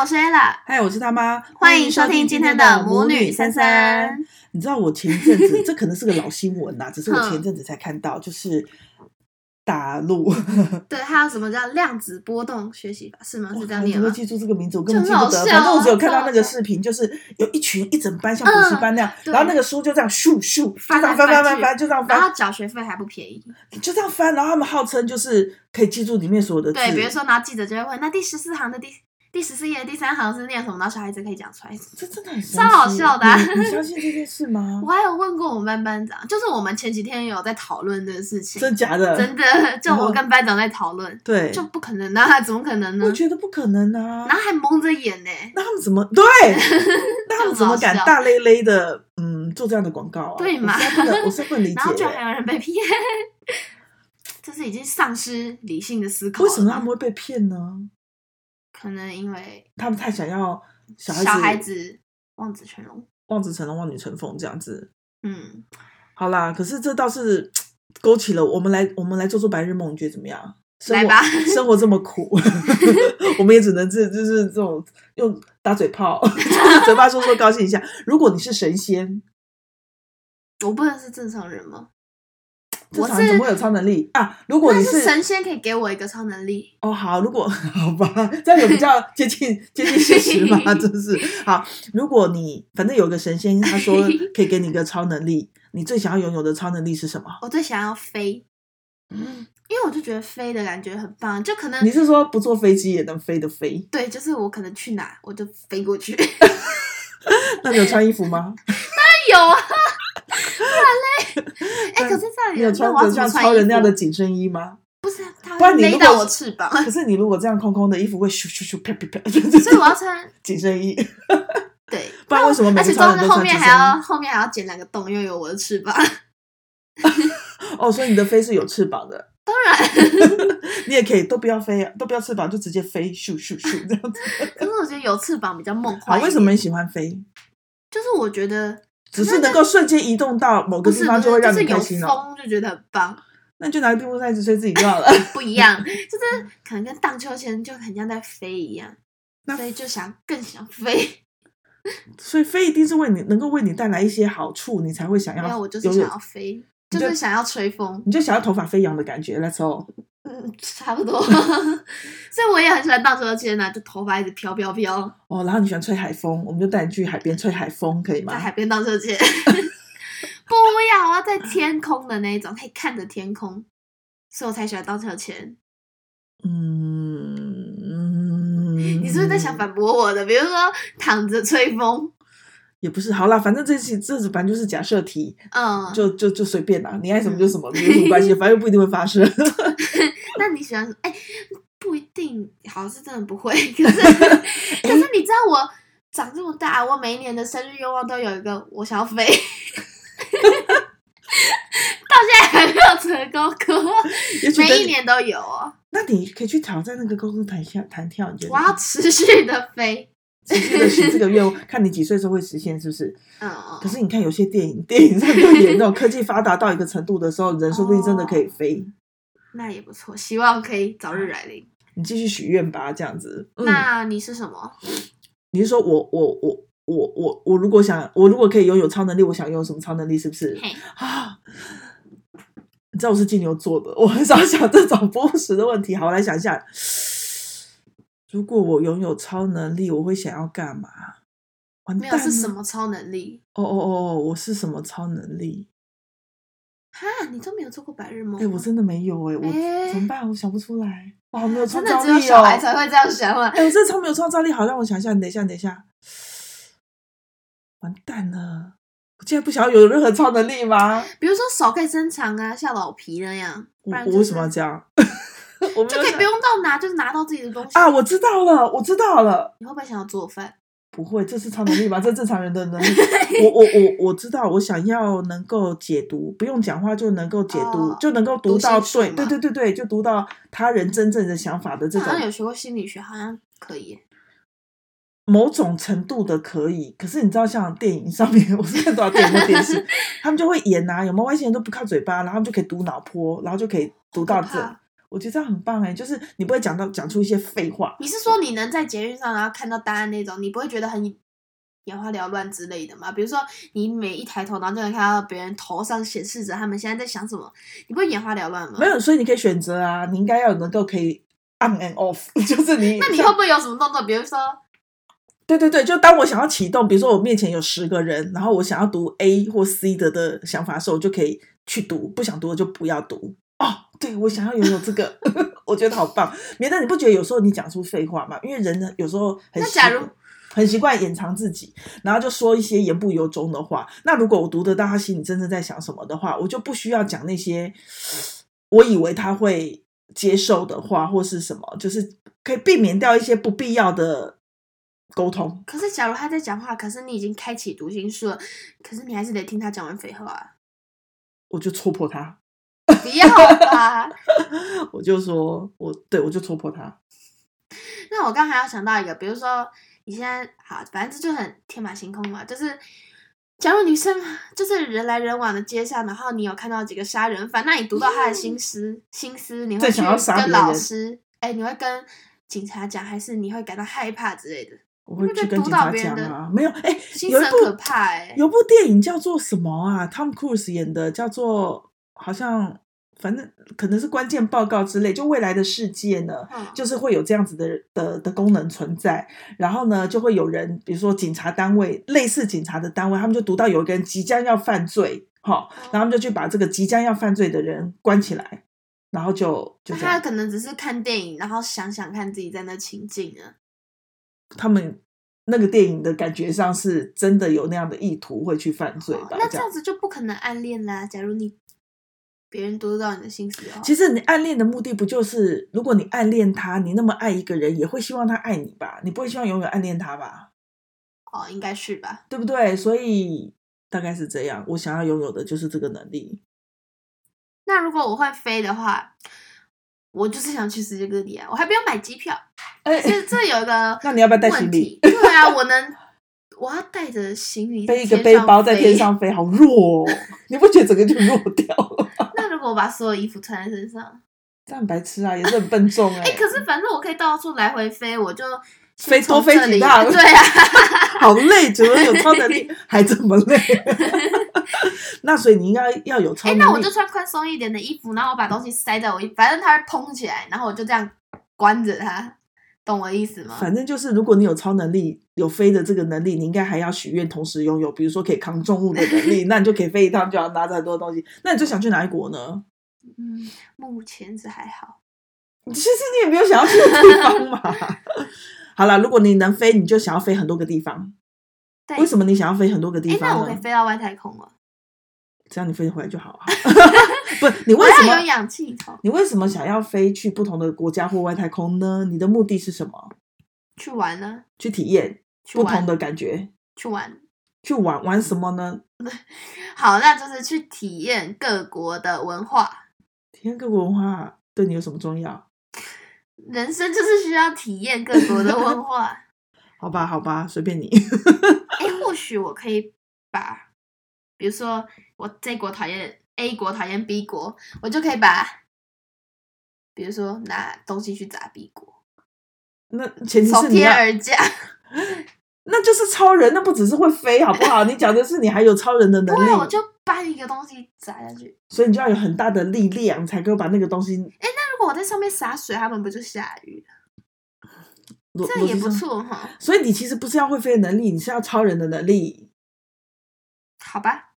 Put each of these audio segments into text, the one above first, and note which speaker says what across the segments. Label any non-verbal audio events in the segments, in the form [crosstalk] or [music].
Speaker 1: 我是 Ella，
Speaker 2: 嗨，我是他妈，
Speaker 1: 欢迎收听今天的母女三三。。
Speaker 2: 你知道我前阵子，这可能是个老新闻啦，只是我
Speaker 1: 哼
Speaker 2: 前阵子才看到，就是大陆，
Speaker 1: 对，还有什么叫量子波动学习法是吗？是这样
Speaker 2: 你
Speaker 1: 念
Speaker 2: 会
Speaker 1: 吗？
Speaker 2: 记住这个名字，我根本记
Speaker 1: 就
Speaker 2: 不
Speaker 1: 很
Speaker 2: 得。
Speaker 1: 好笑啊
Speaker 2: 反正我只有看到那个
Speaker 1: 超好笑嗯
Speaker 2: 视频，就是有一群一整班像补习班那样，
Speaker 1: 对
Speaker 2: 然后那个书就这样咻咻，就这
Speaker 1: 翻
Speaker 2: 样
Speaker 1: 来
Speaker 2: 翻
Speaker 1: 翻
Speaker 2: 翻翻
Speaker 1: 去
Speaker 2: 翻，就这样
Speaker 1: 然
Speaker 2: 翻，
Speaker 1: 后缴学费还不便宜。
Speaker 2: 就这样翻，然后他们号称就是可以记住里面所有的字。
Speaker 1: 对，比如说，然后记者就会问，那第十四行的第第十四页的第三行是念什么？然后小孩子可以讲出来。
Speaker 2: 这真的很神
Speaker 1: 超好
Speaker 2: 奇
Speaker 1: 笑的啊
Speaker 2: 你你相信这件事
Speaker 1: [laughs]
Speaker 2: 吗
Speaker 1: 我？还有问过我们班班长，就是我们前几天有在讨论这个事情，
Speaker 2: 真假的？
Speaker 1: 真的，就
Speaker 2: 然后
Speaker 1: 我跟班长在讨论，
Speaker 2: 对，
Speaker 1: 就不可能啊，怎么可能呢
Speaker 2: 我？觉得不可能啊。
Speaker 1: 然后还蒙着眼呢、
Speaker 2: 那他们怎么
Speaker 1: [laughs]
Speaker 2: 对？那他们怎么敢
Speaker 1: 就很好笑
Speaker 2: 大咧咧的嗯做这样的广告啊？
Speaker 1: 对嘛
Speaker 2: 我实在不能，我实在不能理
Speaker 1: 然后居
Speaker 2: 解欸
Speaker 1: 然还有人被骗， [laughs] 这是已经丧失理性的思考
Speaker 2: 为
Speaker 1: 了。
Speaker 2: 什么他们会被骗呢？
Speaker 1: 可能因为
Speaker 2: 他们太想要小孩子
Speaker 1: 小孩子望子成龙。
Speaker 2: 望子成龙、望女成凤这样子。
Speaker 1: 嗯，
Speaker 2: 好啦，可是这倒是勾起了我们来，我们来做做白日梦，你觉得怎么样？生
Speaker 1: 来
Speaker 2: 活
Speaker 1: 吧
Speaker 2: [laughs] 生活这么苦， [laughs] 我们也只能这就是这种用打嘴炮， [laughs] 就是嘴巴说说高兴一下。如果你是神仙，
Speaker 1: 我不能是正常人吗？
Speaker 2: 正
Speaker 1: 我
Speaker 2: 常人怎
Speaker 1: 是
Speaker 2: 么会有超能力啊？如果
Speaker 1: 但
Speaker 2: 你
Speaker 1: 是神仙可以给我一个超能力，
Speaker 2: 哦，好，如果 [laughs] 好吧，这样有比较接
Speaker 1: [laughs]
Speaker 2: 近接近现实嘛，真是好。如果你反正有个神仙，
Speaker 1: [laughs]
Speaker 2: 他说可以给你一个超能力，你最想要拥有的超能力是什么？
Speaker 1: 我最想要飞，因为我就觉得飞的感觉很棒，就可能
Speaker 2: 嗯你是说不坐飞机也能飞的飞？
Speaker 1: 对，就是我可能去哪我就飞过去。 [laughs]
Speaker 2: 那你有穿衣服吗？
Speaker 1: 有啊，不然嘞？哎、
Speaker 2: 但
Speaker 1: 可是这样
Speaker 2: 你有
Speaker 1: 也，那
Speaker 2: 穿
Speaker 1: 我要
Speaker 2: 着
Speaker 1: 怎么
Speaker 2: 像
Speaker 1: 穿
Speaker 2: 超人那样的
Speaker 1: 衣服？
Speaker 2: 紧身衣吗？
Speaker 1: 不是啊，它
Speaker 2: 不然
Speaker 1: 会
Speaker 2: 你如
Speaker 1: 勒
Speaker 2: 果
Speaker 1: 到我翅膀，
Speaker 2: 可是你如果这样空空的衣服会咻咻咻啪啪啪，
Speaker 1: 所以我要穿
Speaker 2: 紧身衣。 [laughs]
Speaker 1: 对。
Speaker 2: 不然为什么每
Speaker 1: 而
Speaker 2: 次
Speaker 1: 且
Speaker 2: 超
Speaker 1: 中
Speaker 2: 人都
Speaker 1: 间后
Speaker 2: 穿
Speaker 1: 面
Speaker 2: 紧身
Speaker 1: 还要
Speaker 2: 衣？
Speaker 1: 后面还要剪两个洞，又有我的翅膀。 [laughs]
Speaker 2: 哦，所以你的飞是有翅膀的。
Speaker 1: 当然，
Speaker 2: [laughs] 你也可以都不要飞，啊都不要翅膀，就直接飞，咻咻咻这样子。
Speaker 1: 可是我觉得有翅膀比较梦
Speaker 2: 好，
Speaker 1: 幻。
Speaker 2: 啊为什么？你喜欢飞？
Speaker 1: 就是我觉得
Speaker 2: 只是能够瞬间移动到某
Speaker 1: 不
Speaker 2: 个
Speaker 1: 是
Speaker 2: 地
Speaker 1: 不
Speaker 2: 方，
Speaker 1: 是，
Speaker 2: 就会让你开
Speaker 1: 就
Speaker 2: 心
Speaker 1: 是有
Speaker 2: 哦。
Speaker 1: 风就觉得很棒，
Speaker 2: 那你就拿个电风扇一直吹自己就好了。 [laughs]
Speaker 1: 不一样，就是可能跟荡秋千就很像在飞一样，
Speaker 2: 那
Speaker 1: 所以就想更想飞。
Speaker 2: 所以飞一定是为你能够为你带来一些好处，你才会想要
Speaker 1: 没
Speaker 2: 拥
Speaker 1: 有，
Speaker 2: 哎有。
Speaker 1: 我就是想要飞，
Speaker 2: 你
Speaker 1: 就
Speaker 2: 就是
Speaker 1: 想要吹风，
Speaker 2: 你就想要头发飞扬的感觉，Let's all。
Speaker 1: 嗯，差不
Speaker 2: [laughs]
Speaker 1: 多。所以我也很喜欢荡秋千啊，就头发一直飘飘飘，
Speaker 2: 哦，然后你喜欢吹海风，我们就带你去海边吹海风，可以吗
Speaker 1: 在？海边荡秋
Speaker 2: [laughs]
Speaker 1: 千。不要，我要在天空的那一种，可以看着天空，所以我才喜欢荡秋千。
Speaker 2: 嗯嗯，
Speaker 1: 你
Speaker 2: 你
Speaker 1: 是不是在想？反驳我的？比如说躺着吹风，
Speaker 2: 也不是，好啦，反正这期这反正就是假设题，
Speaker 1: 嗯，
Speaker 2: 就就就随便啦，你爱什么就什么，有什
Speaker 1: [laughs]
Speaker 2: 么关系？反正又不一定会发生。 [laughs]
Speaker 1: 那你喜欢什么？哎、不一定，好像是真的不会。可是，可是你知道我长这么大，我每一年的生日愿望都有一个，我想要飞。到现在还没有成功过，
Speaker 2: 也许
Speaker 1: 每
Speaker 2: 等
Speaker 1: 一
Speaker 2: 你，
Speaker 1: 年都有哦。
Speaker 2: 那你可以去挑战那个高空弹跳弹跳，你觉得？
Speaker 1: 我要持续的飞，
Speaker 2: 持续的许这个愿望， [laughs] 看你几岁的时候会实现，是不是？
Speaker 1: 嗯，
Speaker 2: 可是你看有些电影， [laughs] 电影上就演那种科技发达到一个程度的时候，人说不定真的可以飞。
Speaker 1: 那也不错，希望可以早日来临。
Speaker 2: 你继续许愿吧，这样子。嗯，
Speaker 1: 那你是什么？
Speaker 2: 你是说我我我我我我如果想我如果可以拥有超能力，我想拥有什么超能力？是不是
Speaker 1: 嘿，
Speaker 2: 啊？你知道我是金牛座的，我很少想这种不务实的问题。好，我来想一下，如果我拥有超能力，我会想要干嘛？完
Speaker 1: 没
Speaker 2: 蛋
Speaker 1: 有
Speaker 2: 了，
Speaker 1: 是什么超能力？
Speaker 2: 哦哦哦哦，我是什么超能力？
Speaker 1: 哈，你都没有做过白日梦
Speaker 2: 哎、
Speaker 1: 吗？
Speaker 2: 我真的没有哎、我、
Speaker 1: 哎
Speaker 2: 怎么办？我想不出来，我好没有创
Speaker 1: 真
Speaker 2: 造
Speaker 1: 的
Speaker 2: 力哦。
Speaker 1: 只有小孩才会这样想嘛？
Speaker 2: 哎、我真的超没有创造力。好，让我想一下，你等一下，你等一下，完蛋了！我竟然不想要有任何超能力吗？
Speaker 1: 比如说手可以伸长啊，像老皮那样，不
Speaker 2: 我
Speaker 1: 然、
Speaker 2: 我为什么要这样？ [laughs] 我没
Speaker 1: 就
Speaker 2: 有
Speaker 1: 可以
Speaker 2: 想
Speaker 1: 不用到拿，就是拿到自己的东西
Speaker 2: 啊！我知道了，我知道了。
Speaker 1: 你会不会想要做饭？
Speaker 2: 不会，这是超能力吧？这正常人的能力。我我我我知道，我想要能够解读，不用讲话就能够解读，
Speaker 1: 哦
Speaker 2: 就能够
Speaker 1: 读
Speaker 2: 到
Speaker 1: 心术
Speaker 2: 对对
Speaker 1: 嘛啊
Speaker 2: 对对对，就读到他人真正的想法的这
Speaker 1: 好
Speaker 2: 种
Speaker 1: 像有学过心理学，好像可以耶。
Speaker 2: 某种程度的可以，可是你知道，像电影上面，我是看多少电影或电视，他们就会演啊，有没有外星人都不靠嘴巴，然后他们就可以读脑波，然后就可以读到
Speaker 1: 好可
Speaker 2: 这
Speaker 1: 怕。
Speaker 2: 我觉得这样很棒哎、就是你不会讲到讲出一些废话。
Speaker 1: 你是说你能在捷运上然后看到答案那种，你不会觉得很眼花缭乱之类的吗？比如说你每一抬头，然后就能看到别人头上显示着他们现在在想什么，你不会眼花缭乱吗
Speaker 2: 没？有，所以你可以选择啊，你应该要能够可以 on and off，就是 [laughs] 你。
Speaker 1: 那你会不会有什么动作？比如说，
Speaker 2: 对对对，就当我想要启动，比如说我面前有十个人，然后我想要读 A 或 C 的的想法的时候，我就可以去读，不想读的就不要读。哦，对我想要拥有这个， [laughs] 我觉得好棒。免得你不觉得有时候你讲出废话吗？因为人呢有时候很
Speaker 1: 那
Speaker 2: 习
Speaker 1: 假如
Speaker 2: 惯很习惯掩藏自己，然后就说一些言不由衷的话。那如果我读得到他心里真正在想什么的话，我就不需要讲那些我以为他会接受的话或是什么，就是可以避免掉一些不必要的沟通。
Speaker 1: 可是假如他在讲话，可是你已经开启读心术了，可是你还是得听他讲完废话啊、
Speaker 2: 我就戳破他， [laughs]
Speaker 1: 不要吧。
Speaker 2: 我就说我对我就戳破他。
Speaker 1: 那我刚才要想到一个，比如说你现在好，反正这就很天马行空嘛，就是假如女生就是人来人往的街上，然后你有看到几个杀人犯，那你读到他的心思、心思，你会
Speaker 2: 嗯在
Speaker 1: 去
Speaker 2: 想要杀
Speaker 1: 跟
Speaker 2: 别
Speaker 1: 老
Speaker 2: 人
Speaker 1: 师，哎、你会跟警察讲，还是你会感到害怕之类的？
Speaker 2: 我会
Speaker 1: 那就
Speaker 2: 去跟
Speaker 1: 读
Speaker 2: 警
Speaker 1: 到
Speaker 2: 察
Speaker 1: 别人
Speaker 2: 讲
Speaker 1: 的
Speaker 2: 啊，没有哎、
Speaker 1: 心
Speaker 2: 有
Speaker 1: 思
Speaker 2: 一
Speaker 1: 很
Speaker 2: 部
Speaker 1: 可怕哎、
Speaker 2: 有部电影叫做什么啊？Tom Cruise 演的，叫做好像反正可能是关键报告之类，就未来的世界呢，
Speaker 1: 嗯
Speaker 2: 就是会有这样子的的的功能存在。然后呢，就会有人，比如说警察单位，类似警察的单位，他们就读到有一个人即将要犯罪，
Speaker 1: 哦
Speaker 2: 哈、然后他们就去把这个即将要犯罪的人关起来，然后就就
Speaker 1: 那
Speaker 2: 这
Speaker 1: 他
Speaker 2: 样，
Speaker 1: 可能只是看电影，然后想想看自己在那情境啊。
Speaker 2: 他们。那个电影的感觉上是真的有那样的意图会去犯罪吧？
Speaker 1: 哦那
Speaker 2: 这
Speaker 1: 这
Speaker 2: 样
Speaker 1: 样子就不可能暗恋啦。假如你别人读到你的心思的话，
Speaker 2: 其实你暗恋的目的不就是，如果你暗恋他，你那么爱一个人，也会希望他爱你吧？你不会希望永远暗恋他吧？
Speaker 1: 哦，应该是吧。
Speaker 2: 对不对？所以大概是这样。我想要拥有的就是这个能力。
Speaker 1: 那如果我会飞的话，我就是想去世界各地啊，我还不用买机票。
Speaker 2: 哎、
Speaker 1: 这这有一个
Speaker 2: [laughs] 那你要不要带
Speaker 1: 问
Speaker 2: 行
Speaker 1: 题
Speaker 2: 李？
Speaker 1: 对啊，我能，我要带着行李
Speaker 2: 背一
Speaker 1: 在
Speaker 2: 个
Speaker 1: 天
Speaker 2: 背
Speaker 1: 上
Speaker 2: 包在天
Speaker 1: 飞。
Speaker 2: 上飞，好弱哦！你不觉得整个就弱掉了？
Speaker 1: 那如果我把所有衣服穿在身上，
Speaker 2: 这样白痴啊，也是很笨重哎、
Speaker 1: 哎、可是反正我可以到处来回飞，我就先
Speaker 2: 飞多
Speaker 1: 从
Speaker 2: 飞
Speaker 1: 这
Speaker 2: 几
Speaker 1: 里
Speaker 2: 趟
Speaker 1: 对啊，
Speaker 2: [laughs] [laughs] 好累，觉得有超能力还这么累。 [laughs] 那所以你应该要有超
Speaker 1: 哎、
Speaker 2: 能力。
Speaker 1: 那我就穿宽松一点的衣服，然后我把东西塞在我衣，反正它会蓬起来，然后我就这样关着它，懂我意思吗？
Speaker 2: 反正就是，如果你有超能力，有飞的这个能力，你应该还要许愿同时拥有，比如说可以扛重物的能力，那你就可以飞一趟，就要拿着很多东西。那你最想去哪一国呢？
Speaker 1: 嗯，目前是还好。
Speaker 2: 其实你也没有想要去的地方嘛。 [laughs] 好啦，如果你能飞，你就想要飞很多个地方。
Speaker 1: 对，
Speaker 2: 为什么你想要飞很多个地
Speaker 1: 哎、那
Speaker 2: 方
Speaker 1: 我
Speaker 2: 呢？
Speaker 1: 可以飞到外太空哦了，
Speaker 2: 只要你飞回来
Speaker 1: [laughs]
Speaker 2: 就好啊。 [laughs] 不，你
Speaker 1: 我
Speaker 2: 为什
Speaker 1: 要有
Speaker 2: 么？
Speaker 1: 氧气哦筒
Speaker 2: 你为什么想要飞去不同的国家或外太空呢？你的目的是什么？
Speaker 1: 去玩呢，
Speaker 2: 去体验
Speaker 1: 去
Speaker 2: 不
Speaker 1: 玩
Speaker 2: 同的感觉，
Speaker 1: 去玩。
Speaker 2: 去玩玩什么呢？
Speaker 1: 好，那就是去体验各国的文化。
Speaker 2: 体验各国文化对你有什么重要？
Speaker 1: 人生就是需要体验各国的文
Speaker 2: [laughs]
Speaker 1: 化。
Speaker 2: 好吧，好吧，随便你。 [laughs]
Speaker 1: 哎、或许我可以把，比如说我这国讨厌 A 国讨厌 B 国，我就可以把，比如说拿东西去砸 B 国，
Speaker 2: 那前提
Speaker 1: 从
Speaker 2: 是你
Speaker 1: 天
Speaker 2: 要，
Speaker 1: 而降。
Speaker 2: 那就是超人，那不只是会飞，好不好？你讲的是你还有超人的能
Speaker 1: 对，我
Speaker 2: 力，
Speaker 1: 就搬一个东西砸下去。
Speaker 2: 所以你就要有很大的力量，才可以把那个东西
Speaker 1: 那如果我在上面洒水，他们不就下雨了？
Speaker 2: 裸
Speaker 1: 这样也不。
Speaker 2: 裸体上
Speaker 1: 错哈。
Speaker 2: 所以你其实不是要会飞的能力，你是要超人的能力
Speaker 1: 好
Speaker 2: [laughs]
Speaker 1: 吧，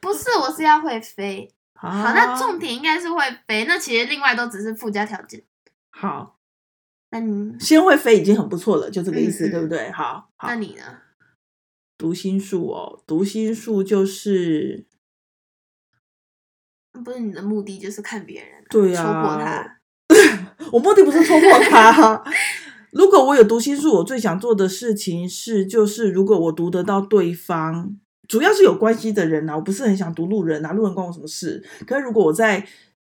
Speaker 1: 不是，我是要会飞。
Speaker 2: 啊
Speaker 1: 好，那重点应该是会飞，那其实另外都只是附加条件。
Speaker 2: 好，
Speaker 1: 那你，
Speaker 2: 先会飞已经很不错了，就这个意思，
Speaker 1: 嗯嗯
Speaker 2: 对不对？好，好
Speaker 1: 那，你呢？
Speaker 2: 读心术哦，读心术就是
Speaker 1: 不是你的目的就是看别人啊，
Speaker 2: 对
Speaker 1: 戳
Speaker 2: 啊
Speaker 1: 破他。
Speaker 2: 我目的不是戳破他。如果我有读心术，我最想做的事情是，就是如果我读得到对方，主要是有关系的人啊，我不是很想读路人啊，路人关我什么事？可是如果我在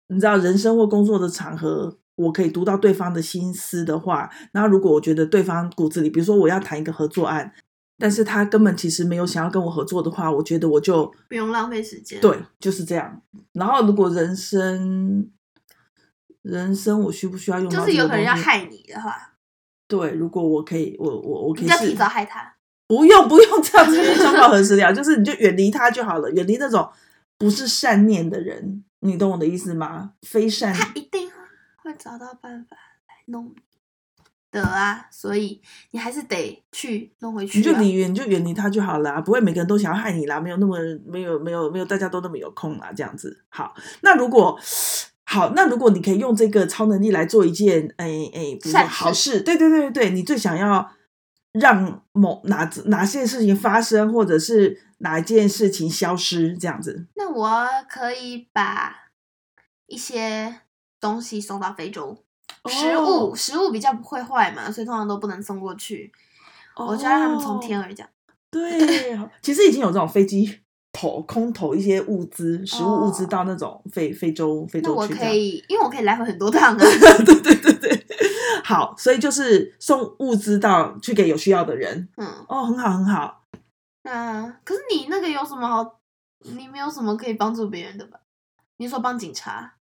Speaker 2: 你知道人生或工作的场合，我可以读到对方的心思的话，然后如果我觉得对方骨子里，比如说我要谈一个合作案，但是他根本其实没有想要跟我合作的话，我觉得我就
Speaker 1: 不用浪费时间。
Speaker 2: 对，就是这样。然后如果人生人生我需不需要用到
Speaker 1: 就
Speaker 2: 这
Speaker 1: 是
Speaker 2: 个
Speaker 1: 有可
Speaker 2: 东
Speaker 1: 能
Speaker 2: 西？
Speaker 1: 要害你的话，
Speaker 2: 对，如果我可以，我我我可
Speaker 1: 你
Speaker 2: 以
Speaker 1: 就要
Speaker 2: 试
Speaker 1: 提早害他。
Speaker 2: 不用不用 [laughs] 这样子，因为双考核食疗，就是你就远离他就好了，远离那种不是善念的人，你懂我的意思吗？非善
Speaker 1: 他一定会找到办法来弄你的啊，所以你还是得去弄回去、啊。
Speaker 2: 你就离远，你就远离他就好了、啊不会每个人都想要害你啦，没有那么没有没有没有，大家都那么有空啦，这样子。好，那如果好，那如果你可以用这个超能力来做一件，哎哎，比如说
Speaker 1: 善事
Speaker 2: 好事，对对对对对，你最想要让某哪哪些事情发生，或者是哪一件事情消失，这样子。
Speaker 1: 那我可以把一些东西送到非洲，食
Speaker 2: 哦
Speaker 1: 物食物比较不会坏嘛，所以通常都不能送过去。哦我就让他们从
Speaker 2: 哦
Speaker 1: 天而降。
Speaker 2: 对，其实已经有这种飞机投空投一些物资、食物物资
Speaker 1: 哦
Speaker 2: 到那种非非洲非
Speaker 1: 那
Speaker 2: 洲
Speaker 1: 我
Speaker 2: 去。这
Speaker 1: 可
Speaker 2: 样。
Speaker 1: 以，因为我可以来回很多趟
Speaker 2: [laughs]
Speaker 1: 啊。
Speaker 2: 对对对对，好，所以就是送物资到去给有需要的人。
Speaker 1: 嗯，
Speaker 2: 哦，很好很好，
Speaker 1: 那可是你那个有什么好？你没有什么可以帮助别人的吧？你说帮警察，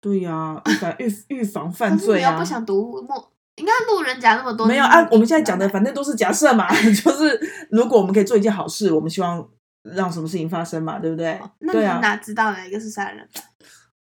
Speaker 2: 对呀、预防预预防犯
Speaker 1: 可是
Speaker 2: 罪
Speaker 1: 你又
Speaker 2: 啊
Speaker 1: 不。想读莫，你看路人甲那么多，
Speaker 2: 没有
Speaker 1: 你
Speaker 2: 啊，我们现在讲的
Speaker 1: 你
Speaker 2: 反正都是假设嘛， [laughs] 就是如果我们可以做一件好事，我们希望让什么事情发生嘛，对不对？
Speaker 1: 哦那
Speaker 2: 对
Speaker 1: 你
Speaker 2: 啊，
Speaker 1: 哪知道哪一个是杀人？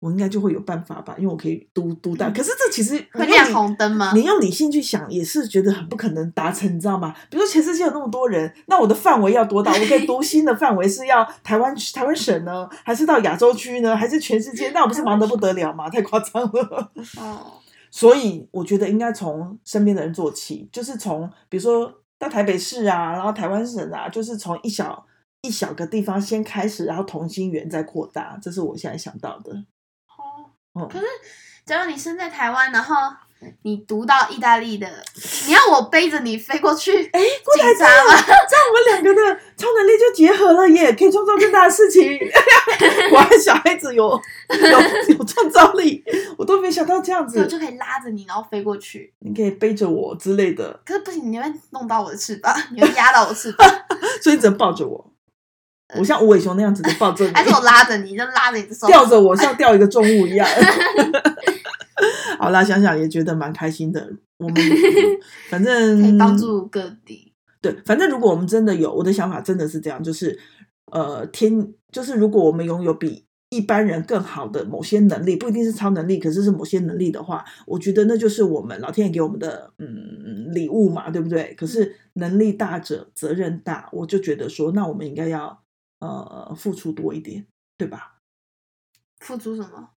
Speaker 2: 我应该就会有办法吧，因为我可以督督到。可是这其实
Speaker 1: 嗯会
Speaker 2: 你
Speaker 1: 亮
Speaker 2: 用
Speaker 1: 红灯吗
Speaker 2: 你用理性去想，也是觉得很不可能达成，你知道吗？比如说全世界有那么多人，那我的范围要多大？我可以读心的范围是要台湾区台湾省呢，还是到亚洲区呢，还是全世界？那我不是忙得不得了吗？太 [laughs] 夸张了。
Speaker 1: 哦，
Speaker 2: 所以我觉得应该从身边的人做起，就是从比如说到台北市啊，然后台湾省啊，就是从一小一小个地方先开始，然后同心圆再扩大，这是我现在想到的。嗯
Speaker 1: 可是，假如你身在台湾，然后你读到意大利的，你要我背着你飞过去？
Speaker 2: 哎，郭台
Speaker 1: 警
Speaker 2: 这
Speaker 1: 察
Speaker 2: 样，这样我们两个的超能力就结合了耶，可以创造更大的事
Speaker 1: [laughs]
Speaker 2: 情。 [laughs] 果然小孩子有 [laughs] 有有创造力，我都没想到这样
Speaker 1: 我
Speaker 2: 子。
Speaker 1: 就可以拉着你，然后飞过去。
Speaker 2: 你可以背着我之类的，
Speaker 1: 可是不行，你会弄到我的翅膀， [laughs] 你会压到我的翅膀，
Speaker 2: [laughs] 所以你只能抱着我。我像无尾熊那样子的抱着你，
Speaker 1: 呃还是我拉着你，就拉着你的手？
Speaker 2: [laughs] 吊着我，像吊一个重
Speaker 1: [laughs]
Speaker 2: 物一样。好啦，想想也觉得蛮开心的。我
Speaker 1: [laughs]
Speaker 2: 们反正
Speaker 1: 可以帮助各地。
Speaker 2: 对，反正如果我们真的有，我的想法真的是这样，就是呃，天，就是如果我们拥有比一般人更好的某些能力，不一定是超能力，可是是某些能力的话，我觉得那就是我们老天爷给我们的嗯礼物嘛，对不对？可
Speaker 1: 嗯
Speaker 2: 是能力大者责任大，我就觉得说，那我们应该要呃付出多一点，对吧？
Speaker 1: 付出什么？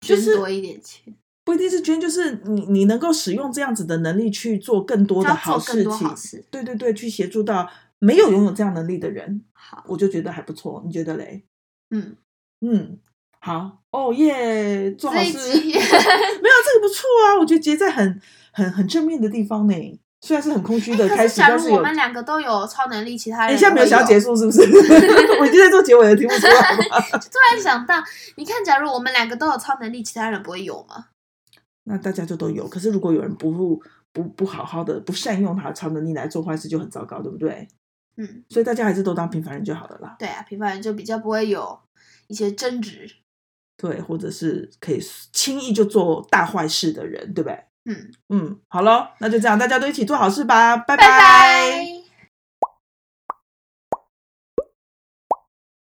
Speaker 2: 就是
Speaker 1: 捐多一点钱，
Speaker 2: 不一定是捐，就是你你能够使用这样子的能力去做更多的
Speaker 1: 要做
Speaker 2: 好
Speaker 1: 更
Speaker 2: 事
Speaker 1: 多
Speaker 2: 情，
Speaker 1: 好事。
Speaker 2: 对对对，去协助到没有拥有这样能力的人，
Speaker 1: 好，
Speaker 2: 我就觉得还不错。你觉得嘞？
Speaker 1: 嗯，
Speaker 2: 嗯，好哦耶，做好
Speaker 1: 这一
Speaker 2: 事 [laughs] 没
Speaker 1: 集
Speaker 2: 有这个不错啊，我觉得结在很很很正面的地方呢，虽然是很空虚的
Speaker 1: [laughs] 哎
Speaker 2: 开
Speaker 1: 可是
Speaker 2: 始，
Speaker 1: 假
Speaker 2: 但
Speaker 1: 如
Speaker 2: 是
Speaker 1: 我
Speaker 2: 有。
Speaker 1: 们两个都有超能力，其他
Speaker 2: 哎，
Speaker 1: 人
Speaker 2: 现在没有
Speaker 1: 会
Speaker 2: 想要结束是不 [laughs] 是？我已经在做结尾了，听 [laughs] 不出来吗？
Speaker 1: 就突然想到，你看，假如我们两个都有超能力，其他人不会有吗？
Speaker 2: 那大家就都有，可是如果有人不不不好好的不善用他的超能力来做坏事，就很糟糕，对不对？
Speaker 1: 嗯，
Speaker 2: 所以大家还是都当平凡人就好了啦。
Speaker 1: 对啊，平凡人就比较不会有一些争执。
Speaker 2: 对，或者是可以轻易就做大坏事的人，对不对？
Speaker 1: 嗯，
Speaker 2: 嗯，好喽，那就这样，大家都一起做好事吧，拜
Speaker 1: 拜拜。